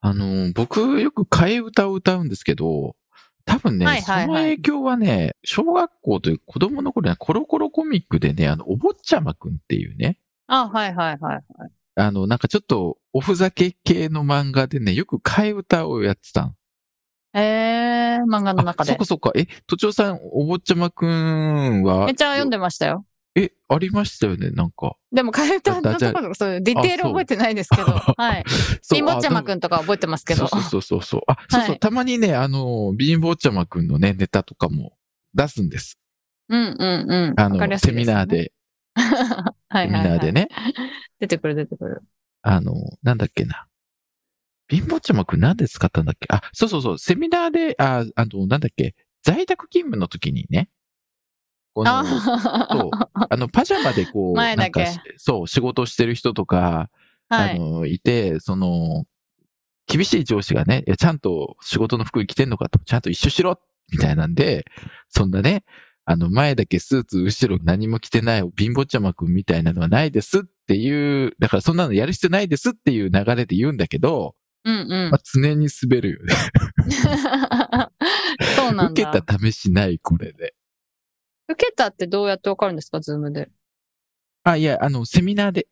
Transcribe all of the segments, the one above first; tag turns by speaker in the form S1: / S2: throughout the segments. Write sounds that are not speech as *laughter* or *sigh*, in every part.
S1: あのー、僕、よく替え歌を歌うんですけど、多分ね、
S2: はいはいはい
S1: その影響はね、小学校という子供の頃にはコロコロコミックでね、あの、お坊ちゃまくんっていうね、
S2: あ、はいはいはい。
S1: あの、なんかちょっとおふざけ系の漫画でね、よく替え歌をやってたの
S2: えー、漫画の中
S1: あ、そ
S2: で
S1: っか。そっか。え、都庁さん、お坊ちゃまくんは
S2: めっ、ちゃ読んでましたよ。
S1: え、ありましたよね、なんか。
S2: でも、替え歌のところ、そういうディテール覚えてな
S1: *laughs*
S2: いですけど、
S1: あそう
S2: はい。
S1: そう
S2: 貧乏ちゃま
S1: あ
S2: くんとか覚えてますけど。
S1: そうそうそうそう。あ、そうそう。
S2: はい
S1: たまにね、あの、貧乏ちゃまくんのね、ネタとかも出すんです。
S2: うんうんうん。
S1: あ
S2: わかり
S1: の、
S2: やす
S1: セ
S2: い
S1: ミ
S2: すよ
S1: ナ
S2: ね
S1: ー。で、
S2: はい
S1: セ
S2: *laughs* はい、
S1: ミナーで。ね。
S2: 出てくる出てくる。
S1: あの、なんだっけな。貧乏ちゃまくんなんで使ったんだっけあ、そうそうそう。セミナーで、あ、あの、なんだっけ。在宅勤務の時にね。この、あ
S2: あ
S1: の、パジャマでこう、
S2: *laughs* 前
S1: な
S2: だ
S1: んか
S2: け、
S1: そう、仕事をしてる人とか、
S2: あは
S1: あ
S2: い。
S1: の、いて、その、厳しい上司がね、いやちゃんと仕事の服着てんのかと、ちゃんと一緒しろみたいなんで、そんなね、あの、前だけスーツ、後ろ何も着てない、貧乏ちゃまくんみたいなのはないですっていう、だからそんなのやる必要ないですっていう流れで言うんだけど、
S2: うんうん
S1: まあ、。常に滑るよね。
S2: *laughs* そうなん
S1: 受
S2: だ。
S1: けた試しない、これで。
S2: 受けたってどうやってわかるんですか、ズームで。
S1: あ、いや、あの、セミナーで。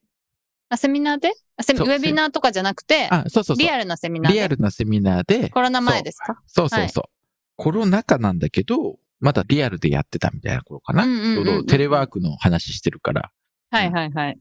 S2: あ、セミナーであセミウ
S1: そう
S2: ェビナーとかじゃなくて、
S1: あ、そうそうそう。
S2: リ
S1: リ
S2: アルなセミ
S1: ア
S2: ナーで。
S1: ルなセミナーで、
S2: コロナ前ですか
S1: そうそうそう。コロナ禍なんだけど、まだリアルでやってたみたいな頃かな。
S2: うんうんうん
S1: ちょ
S2: う
S1: うんどテレワークの話してるから。
S2: はいはいはい。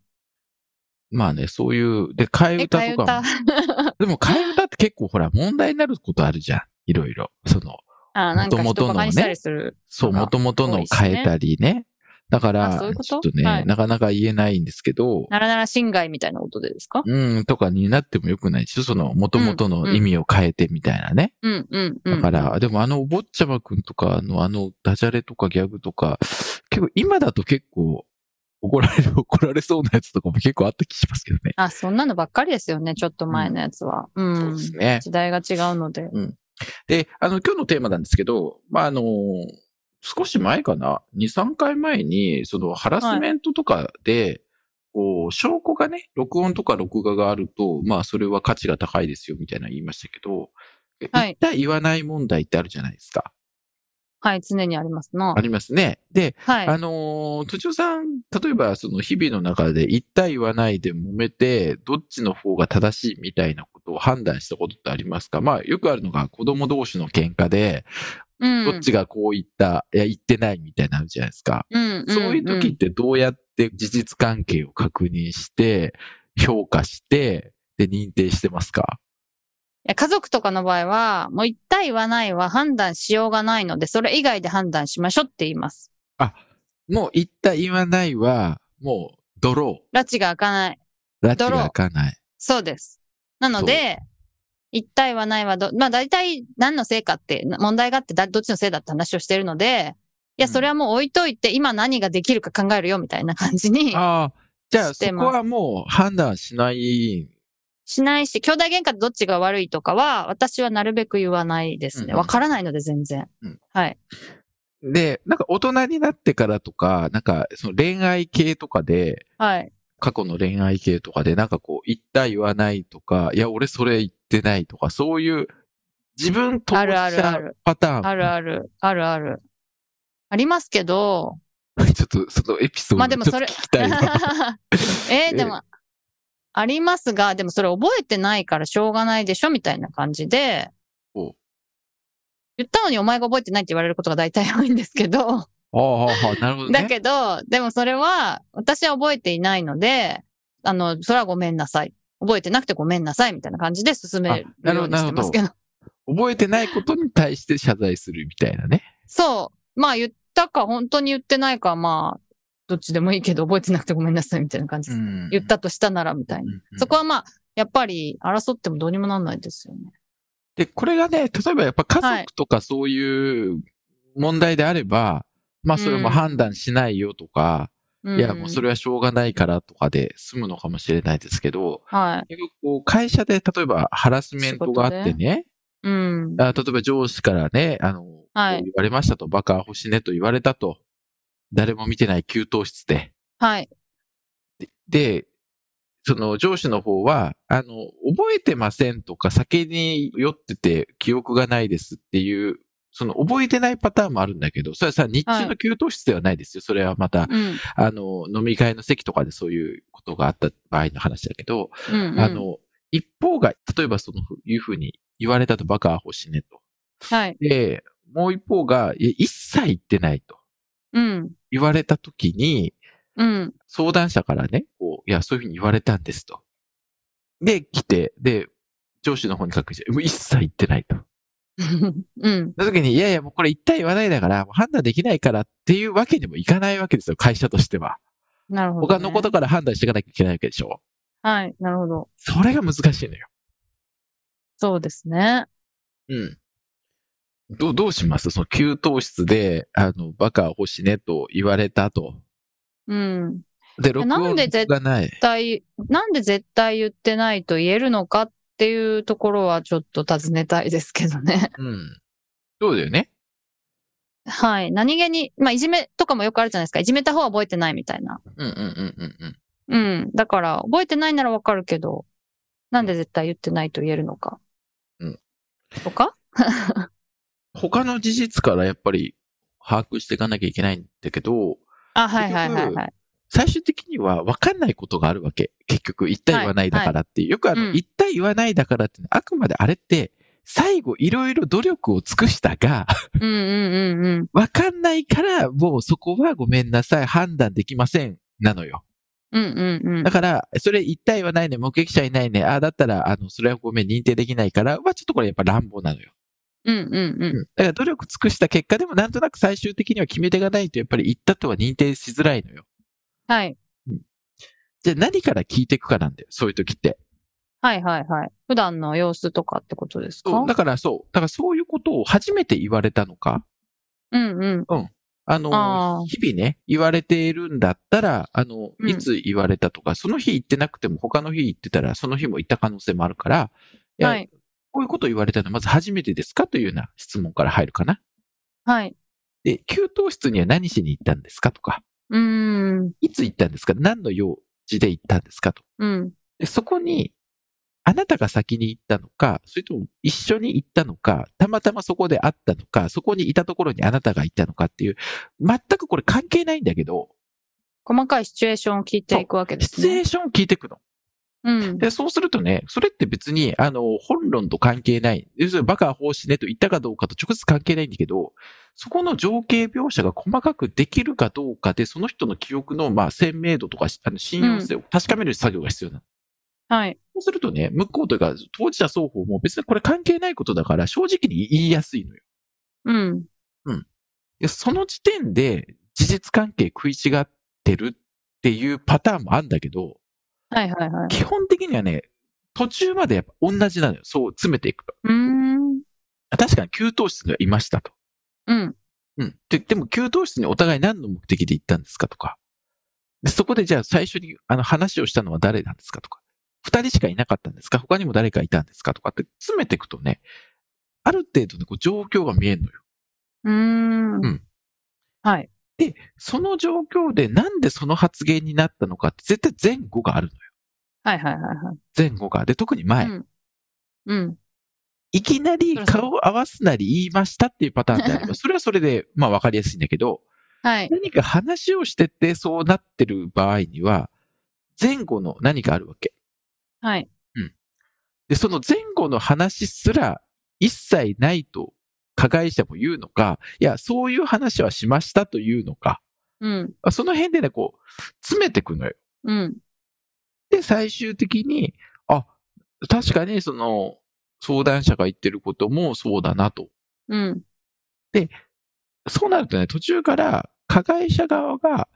S1: まあね、そういう、で、替え
S2: え、
S1: 歌
S2: 替え
S1: とか
S2: 歌
S1: も。。でも替え歌って結構ほら、問題になることあるじゃん。いろいろ。その、
S2: *laughs* あ、なんか人バカにしたりする。
S1: そう、
S2: なん
S1: 元
S2: か
S1: 々のを変えたりね。だか
S2: あそ
S1: ら
S2: ういう、こと
S1: ちょっとね、
S2: はい
S1: なかなか言えないんですけど、
S2: ならなら侵害みたいなことでですか
S1: うん、とかになってもよくないし、その、元々の意味を変えてみたいなね。
S2: うんうんう
S1: だ
S2: ん。
S1: から、でもあの、お坊ちゃまくんとかの、あの、ダジャレとかギャグとか、結構、今だと結構、怒られる、怒られそうなやつとかも結構あった気しますけどね。
S2: あ、そんなのばっかりですよね、ちょっと前のやつは。うん。
S1: そうですね。
S2: 時代が違うので。
S1: で、あの、今日のテーマなんですけど、まあ、あの、少し前かな、2、3回前に、その、ハラスメントとかで、こう、証拠がね、録音とか録画があると、まあ、それは価値が高いですよ、みたいな言いましたけど、
S2: はい
S1: 言った言わない問題ってあるじゃないですか。
S2: はい、常にありますな
S1: あ。りますね。で、
S2: はい。
S1: あのー、都庁さん、例えばその日々の中で言った言わないで揉めて、どっちの方が正しいみたいなことを判断したことってありますかまあ、よくあるのが子供同士の喧嘩で、
S2: うん。
S1: どっちがこう言った、いや、言ってないみたいなのあるじゃないですか。
S2: うん、ん
S1: そういう時っ。てどうやって事実関係を確認して、評価して、で、認定してますか
S2: いや家族とかの場合は、もう一体言わないは判断しようがないので、それ以外で判断しましょうって言います。
S1: もう言った言わないは、もう、ドロ
S2: 拉致が開かない。
S1: ー。拉致が開かない。
S2: そうです。なので、一体はないはど、まあ大体何のせいかって、な問題があってだどっちのせいだって話をしてるので、い
S1: う
S2: や、
S1: ん
S2: それはもう置いといて、今何ができるか考えるよみたいな感じに
S1: ああ、じゃあ
S2: し
S1: そ
S2: て
S1: こ
S2: ます
S1: はもう判断しない。
S2: しないし、兄弟喧嘩でどっちが悪いとかは、私はなるべく言わないですね。
S1: うん
S2: わからないので全然
S1: うん。
S2: はい。
S1: で、なんか大人になってからとか、なんかその恋愛系とかで、
S2: はい。
S1: 過去の恋愛系とかでなんかこう、言った言わないとか、いや、俺それ言ってないとか、そういう自分当
S2: あるあ
S1: 事
S2: るあ
S1: 者
S2: る
S1: パターン。
S2: あるある、あるある。ありますけど、
S1: *laughs* ちょっとそのエピソ
S2: まあ
S1: ー
S2: で
S1: ド
S2: も
S1: ちょ
S2: そ
S1: っ
S2: れ
S1: と聞き
S2: *laughs*
S1: たいな。
S2: えーでも、ありますが、でもそれ覚えてないからしょうがないでしょみたいな感じで
S1: お、
S2: 言ったのにお前が覚えてないって言われることが大体多いんですけど、
S1: ああ、ああなるほどね。
S2: だけど、でもそれは私は覚えていないので、あの、それはごめんなさい。覚えてなくてごめんなさいみたいな感じで進める
S1: あなる
S2: よ
S1: ほ
S2: う
S1: ど
S2: にしてますけど。
S1: 覚えてないことに対して謝罪するみたいなね。
S2: そう。まあ言ったか本当に言ってないか、まあ、どっちでもいいけど覚えてなくてごめんなさいみたいな感じです。言ったとしたならみたいな。そこはまあ、やっぱり争ってもどうにもなんないですよね。
S1: で、これがね、例えばやっぱ家族とかそういう問題であれば、まあそれも判断しないよとか、
S2: うん、
S1: いやもうそれはしょうがないからとかで済むのかもしれないですけど、
S2: はい。
S1: 結局こう会社で例えばハラスメントがあって
S2: 仕事
S1: ね、
S2: うん。
S1: あ例えば上司からね、あの、
S2: は
S1: こう言
S2: い。
S1: われましたと、バカ星ねと言われたと、誰も見てない給湯室で。
S2: はい。
S1: で、その上司の方は、あの、覚えてませんとか、酒に酔ってて記憶がないですっていう、その覚えてないパターンもあるんだけど、それはさ、日中の給湯室ではないですよ。それはまた、
S2: うん。
S1: あの、飲み会の席とかでそういうことがあった場合の話だけど、
S2: うん、うん
S1: あ、の、一方が、例えばその、いうふうに言われたとバカ星ねと。
S2: はい。
S1: で、もう一方が、いや一切言ってないと
S2: うん。
S1: 言われたときに、
S2: うん。 *laughs*
S1: 相談者からね、こう、いや、そういうふうに言われたんですと。で、来て、で、上司の方に確認して、もう一切言ってないと。
S2: うん。
S1: その時に、いやいや、もうこれ一体言わないだから、もう判断できないからっていうわけにもいかないわけですよ、会社としては。
S2: なるほど、ね。
S1: 他のことから判断していかなきゃいけないわけでしょ。
S2: はい。なるほど。
S1: それが難しいのよ。
S2: そうですね。
S1: うん。どう、どうしますその給湯室で、あの、バカ星ねと言われたと。
S2: うん。
S1: で、録
S2: なん
S1: 音
S2: で絶
S1: がない。
S2: 絶対、なんで絶対言ってないと言えるのかっていうところはちょっと尋ねたいですけどね。 *laughs*
S1: うん。そうだよね。
S2: はい。何気に、まあ、いじめとかもよくあるじゃないですか。いじめた方は覚えてないみたいな。
S1: うんうんうんうんうん。
S2: うん。だから、覚えてないならわかるけど、なんで絶対言ってないと言えるのか。
S1: うん。
S2: とか
S1: 他の事実からやっぱり把握していかなきゃいけないんだけど、
S2: あ、はいはいはいはい。
S1: 最終的には分かんないことがあるわけ。結局、一体言わないだからっていう。よくあの、
S2: うん
S1: 一体言わないだからって、あくまであれって、最後いろいろ努力を尽くしたが、
S2: うんうんうんうん。
S1: 分かんないから、もうそこはごめんなさい、判断できません、なのよ。
S2: うんうんうん
S1: だ。から、それ一体はないね、目撃者いないね、ああ、だったら、あの、それはごめん、認定できないから、はちょっとこれやっぱ乱暴なのよ。
S2: うんうんうん。
S1: だから努力尽くした結果でもなんとなく最終的には決め手がないとやっぱり言ったとは認定しづらいのよ。
S2: はい。
S1: じゃあ何から聞いていくかなんだよ、そういう時って。
S2: はいはいはい。普段の様子とかってことですか
S1: そう、だからそう、だからそういうことを初めて言われたのか、
S2: うんうん。
S1: あの、
S2: あー
S1: 日々ね、言われているんだったら、あの、
S2: うん
S1: いつ言われたとか、その日言ってなくても他の日言ってたら、その日も言った可能性もあるから、いや
S2: はい。
S1: こういうこと言われたのはまず初めてですかというような質問から入るかな。
S2: はい。
S1: で、給湯室には何しに行ったんですかとか、
S2: うーん。
S1: いつ行ったんですか何の用事で行ったんですかと
S2: うん。
S1: で、そこに、あなたが先に行ったのか、それとも一緒に行ったのか、たまたまそこで会ったのか、そこにいたところにあなたが行ったのかっていう、全くこれ関係ないんだけど、
S2: 細かいシチュエーションを聞いていくわけで
S1: シチ
S2: す
S1: ュエ
S2: ね。
S1: ーションを聞いていくの。
S2: うん。
S1: で、そうするとね、それって別に、あの、本論と関係ない。要するにバカ方針ねと言ったかどうかと直接関係ないんだけど、そこの情景描写が細かくできるかどうかで、その人の記憶の、まあ、鮮明度とか、あの信用性を確かめる作業が必要なの
S2: はい。
S1: そうするとね、向こうというか、当事者双方も別にこれ関係ないことだから、正直に言いやすいのよ。
S2: うん。
S1: でその時点で、事実関係食い違ってるっていうパターンもあるんだけど、
S2: はいはいはい。
S1: 基本的にはね、途中までやっぱ同じなのよ。そう詰めていくと。
S2: うーん。
S1: あ確かに給湯室がいましたと。
S2: うん。
S1: うん。で、でも給湯室にお互い何の目的で行ったんですかとか。で、そこでじゃあ最初にあの話をしたのは誰なんですかとか。二人しかいなかったんですか他にも誰かいたんですかとかって詰めていくとね、ある程度ね、こう状況が見えるのよ。
S2: うーん。
S1: うん
S2: はい。
S1: で、その状況でなんでその発言になったのかって絶対前後があるのよ。
S2: はいはいはいはい。
S1: 前後が。で、特に前。
S2: うんうん。
S1: いきなり
S2: そりゃそう
S1: 顔を合わすなり言いましたっていうパターンであれば、それはそれで、まあわかりやすいんだけど、
S2: はい。
S1: 何か話をしててそうなってる場合には、前後の何かあるわけ。
S2: はい。
S1: で、その前後の話すら一切ないと加害者も言うのか、いや、そういう話はしましたというのか、
S2: うん。
S1: あその辺でね、こう、詰めてくのよ。
S2: うん。
S1: で、最終的に、あ、確かにその、相談者が言ってることもそうだなと。
S2: うん。
S1: そうなるとね、途中から加害者側が、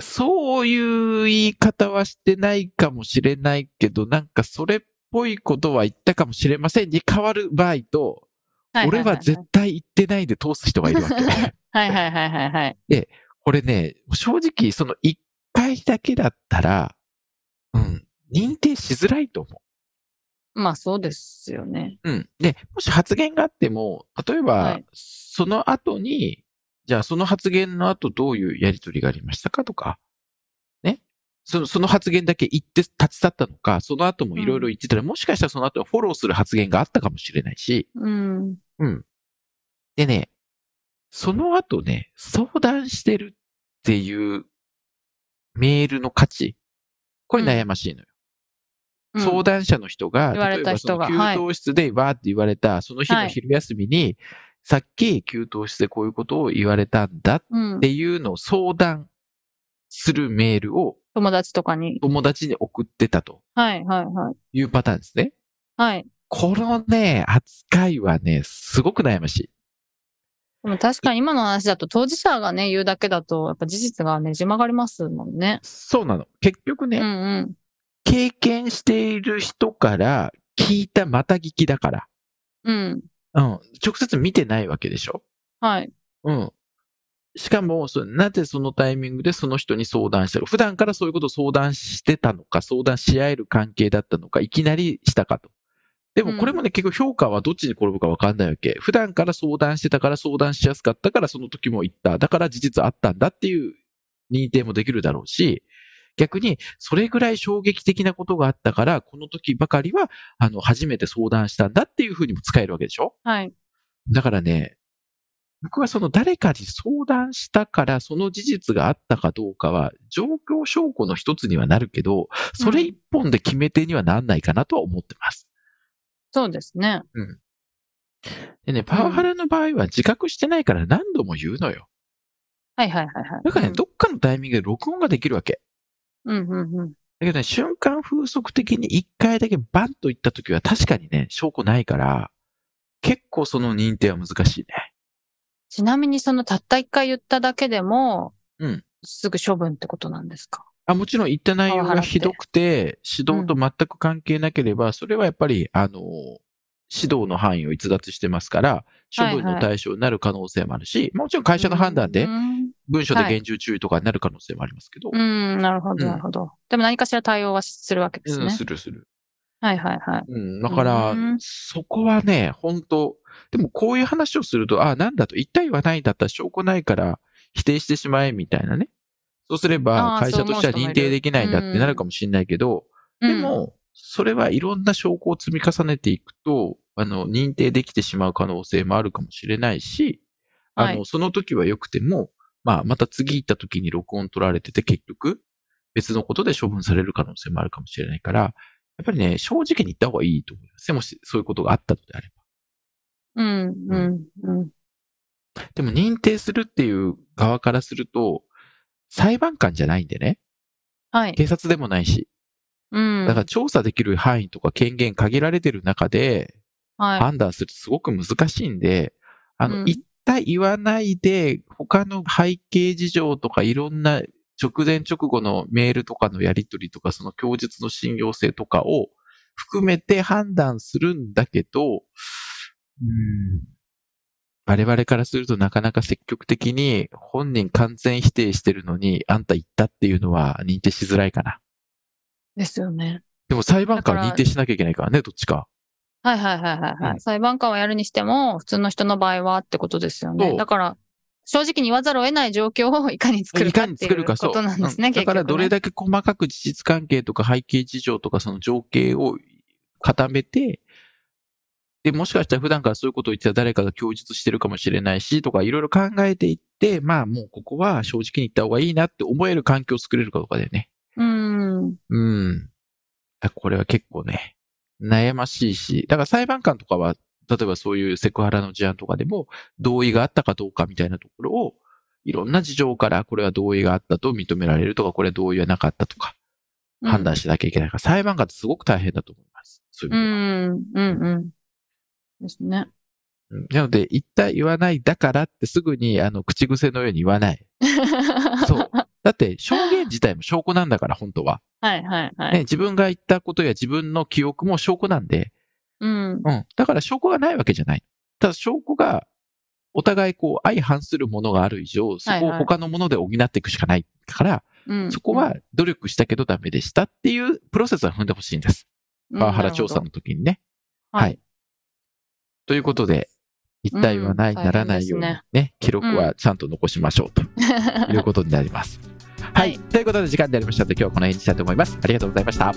S1: そういう言い方はしてないかもしれないけど、なんかそれっぽいことは言ったかもしれませんに変わる場合と、
S2: はい
S1: 俺
S2: いい
S1: は絶対言ってないで通す人がい
S2: *laughs*
S1: るわけ。
S2: はいはいはいはいはい。
S1: これね、正直その一回だけだったら、うん、認定しづらいと思う。
S2: まあそうですよね。
S1: うん。で、もし発言があっても、例えば、
S2: はい
S1: その後に、じゃあその発言の後どういうやりとりがありましたかとか、ね。その、その発言だけ言って立ち去ったのか、その後もいろいろ言ってたら、もしかしたらその後フォローする発言があったかもしれないし、
S2: うん。
S1: でね、その後ね、相談してるっていうメールの価値、これ悩ましいのよ。
S2: うん
S1: 相談者の人が、
S2: 言われた人が
S1: 例えばその給湯室でわーって言われた、その日の昼休みに、さっき給湯室でこういうことを言われたんだっ
S2: うん
S1: ていうのを相談するメールを
S2: 友達とかに。
S1: 友達に送ってたと
S2: はいはいはい。
S1: いうパターンですね。
S2: はい。
S1: このね、扱いはね、すごく悩ましい。
S2: でも確かに今の話だと当事者がね、言うだけだと、やっぱ事実がねじ曲がりますもんね。
S1: そうなの。結局ね、
S2: うんうん。
S1: 経験している人から聞いたまた聞きだから。
S2: うん。
S1: うん。直接見てないわけでしょ
S2: はい。
S1: うん。しかも、そなぜそのタイミングでその人に相談したのか、普段からそういうことを相談してたのか、相談し合える関係だったのか、いきなりしたかと。でも
S2: うん
S1: これもね、結局評価はどっちに転ぶかわかんないわけ。普段から相談してたから相談しやすかったからその時も言った。だから事実あったんだっていう認定もできるだろうし、逆にそれぐらい衝撃的なことがあったから、この時ばかりは、あの、初めて相談したんだっていうふうにも使えるわけでしょ
S2: はい。
S1: だからね、僕はその誰かに相談したから、その事実があったかどうかは、状況証拠の一つにはなるけど、それ一本で決め手にはなんないかなとは思ってます。
S2: そうですね。
S1: でね、パワハラの場合は自覚してないから何度も言うのよ。
S2: はいはいはいはい。
S1: だからね、どっかのタイミングで録音ができるわけ。
S2: うんうんうん。
S1: だけどね、瞬間風速的に一回だけバンと言った時は確かにね、証拠ないから、結構その認定は難しいね。
S2: ちなみにそのたった一回言っただけでも、
S1: うん
S2: すぐ処分ってことなんですか
S1: あもちろん言った内容
S2: パワハラ
S1: が
S2: って
S1: ひどくて、指導と全く関係なければ、それはやっぱり、あの、指導の範囲を逸脱してますから、処分
S2: はい
S1: の
S2: はい
S1: 対象になる可能性もあるし、もちろん会社の判断
S2: う
S1: で、
S2: ん、
S1: 文書で
S2: はい
S1: 厳重注意とかになる可能性もありますけど、
S2: うんなるほど、
S1: うん
S2: なるほど。でも何かしら対応はするわけです
S1: うん
S2: ね。
S1: するする。
S2: はいはいはい。
S1: うん、だから、
S2: うん
S1: そこはね、本当でもこういう話をすると、あ、なんだと、一体はないんだったら証拠ないから否定してしまえみたいなね。そうすれば
S2: あー
S1: 会社としては
S2: そう思う人もいる
S1: 認定できないんだってなるかもしれないけど、で
S2: うん、
S1: も、それはいろんな証拠を積み重ねていくと、あの、認定できてしまう可能性もあるかもしれないし、あの、
S2: はい
S1: その時は良くても、まあ、また次行った時に録音取られてて、結局、別のことで処分される可能性もあるかもしれないから、やっぱりね、正直に言った方がいいと思いますね。もし、そういうことがあったのであれば。
S2: うん、うん、うん。
S1: でも、認定するっていう側からすると、裁判官じゃないんでね、
S2: はい。
S1: 警察でもないし、
S2: うん。
S1: だから調査できる範囲とか権限限られてる中で、
S2: はい。
S1: 判断するってすごく難しいんで、あの、
S2: うん
S1: 一体言わないで、他の背景事情とかいろんな直前直後のメールとかのやり取りとか、その供述の信用性とかを含めて判断するんだけど、うん、我々からするとなかなか積極的に本人完全否定してるのに、あんた言ったっていうのは認定しづらいかな。
S2: ですよね。
S1: でも裁判官は
S2: だから
S1: 認定しなきゃいけないからね、どっちか。
S2: はいはいはいはい、はい
S1: うん
S2: 裁判官はやるにしても、普通の人の場合はってことですよ
S1: そ
S2: ね。
S1: う
S2: だから、正直に言わざるを得ない状況をいかに作る
S1: い
S2: か
S1: か
S2: っ
S1: に
S2: てい
S1: 作る
S2: うこ
S1: か、そう。
S2: となんですね、
S1: うんだから、
S2: 結
S1: ど
S2: 局ね
S1: れだけ細かく事実関係とか背景事情とか、その情景を固めて、で、もしかしたら普段からそういうことを言ってた誰かが供述してるかもしれないし、とか、いろいろ考えていって、まあ、もうここは正直に言った方がいいなって思える環境を作れるかどうかだよね。
S2: うん。
S1: うん。あこれは結構ね、悩ましいし、だから裁判官とかは、例えばそういうセクハラの事案とかでも、同意があったかどうかみたいなところを、いろんな事情から、これは同意があったと認められるとか、これは同意はなかったとか、
S2: うん
S1: 判断しなきゃいけないから、裁判官ってすごく大変だと思います。そういう
S2: う
S1: 意味では
S2: ん、うん、うん。ですね。
S1: うんなので、
S2: *laughs*
S1: 言った言わないだからってすぐに、あの、口癖のように言わない。そう。だって証言自体も証拠なんだから、本当は。
S2: *laughs* はいはいはい。
S1: ね、自分が言ったことや自分の記憶も証拠なんで、
S2: うん。
S1: うん。だから証拠がないわけじゃない。ただ証拠が、お互いこう相反するものがある以上、そこを他のもので補っていくしかないから、
S2: うん、
S1: そこは努力したけどダメでしたっていうプロセスは踏んでほしいんです。
S2: うん、
S1: パワハラ調査
S2: なる
S1: の時にね。
S2: ほど。
S1: はいということで、一体はない、
S2: うん
S1: ならないように
S2: 大変
S1: ね
S2: で
S1: 記録はちゃんと残しましょうということになります。は、
S2: はいい
S1: ということで時間になりましたので今日はこの辺にしたいと思います。ありがとうございました。
S2: *laughs* あ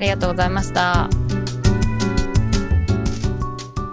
S2: りがとうございました。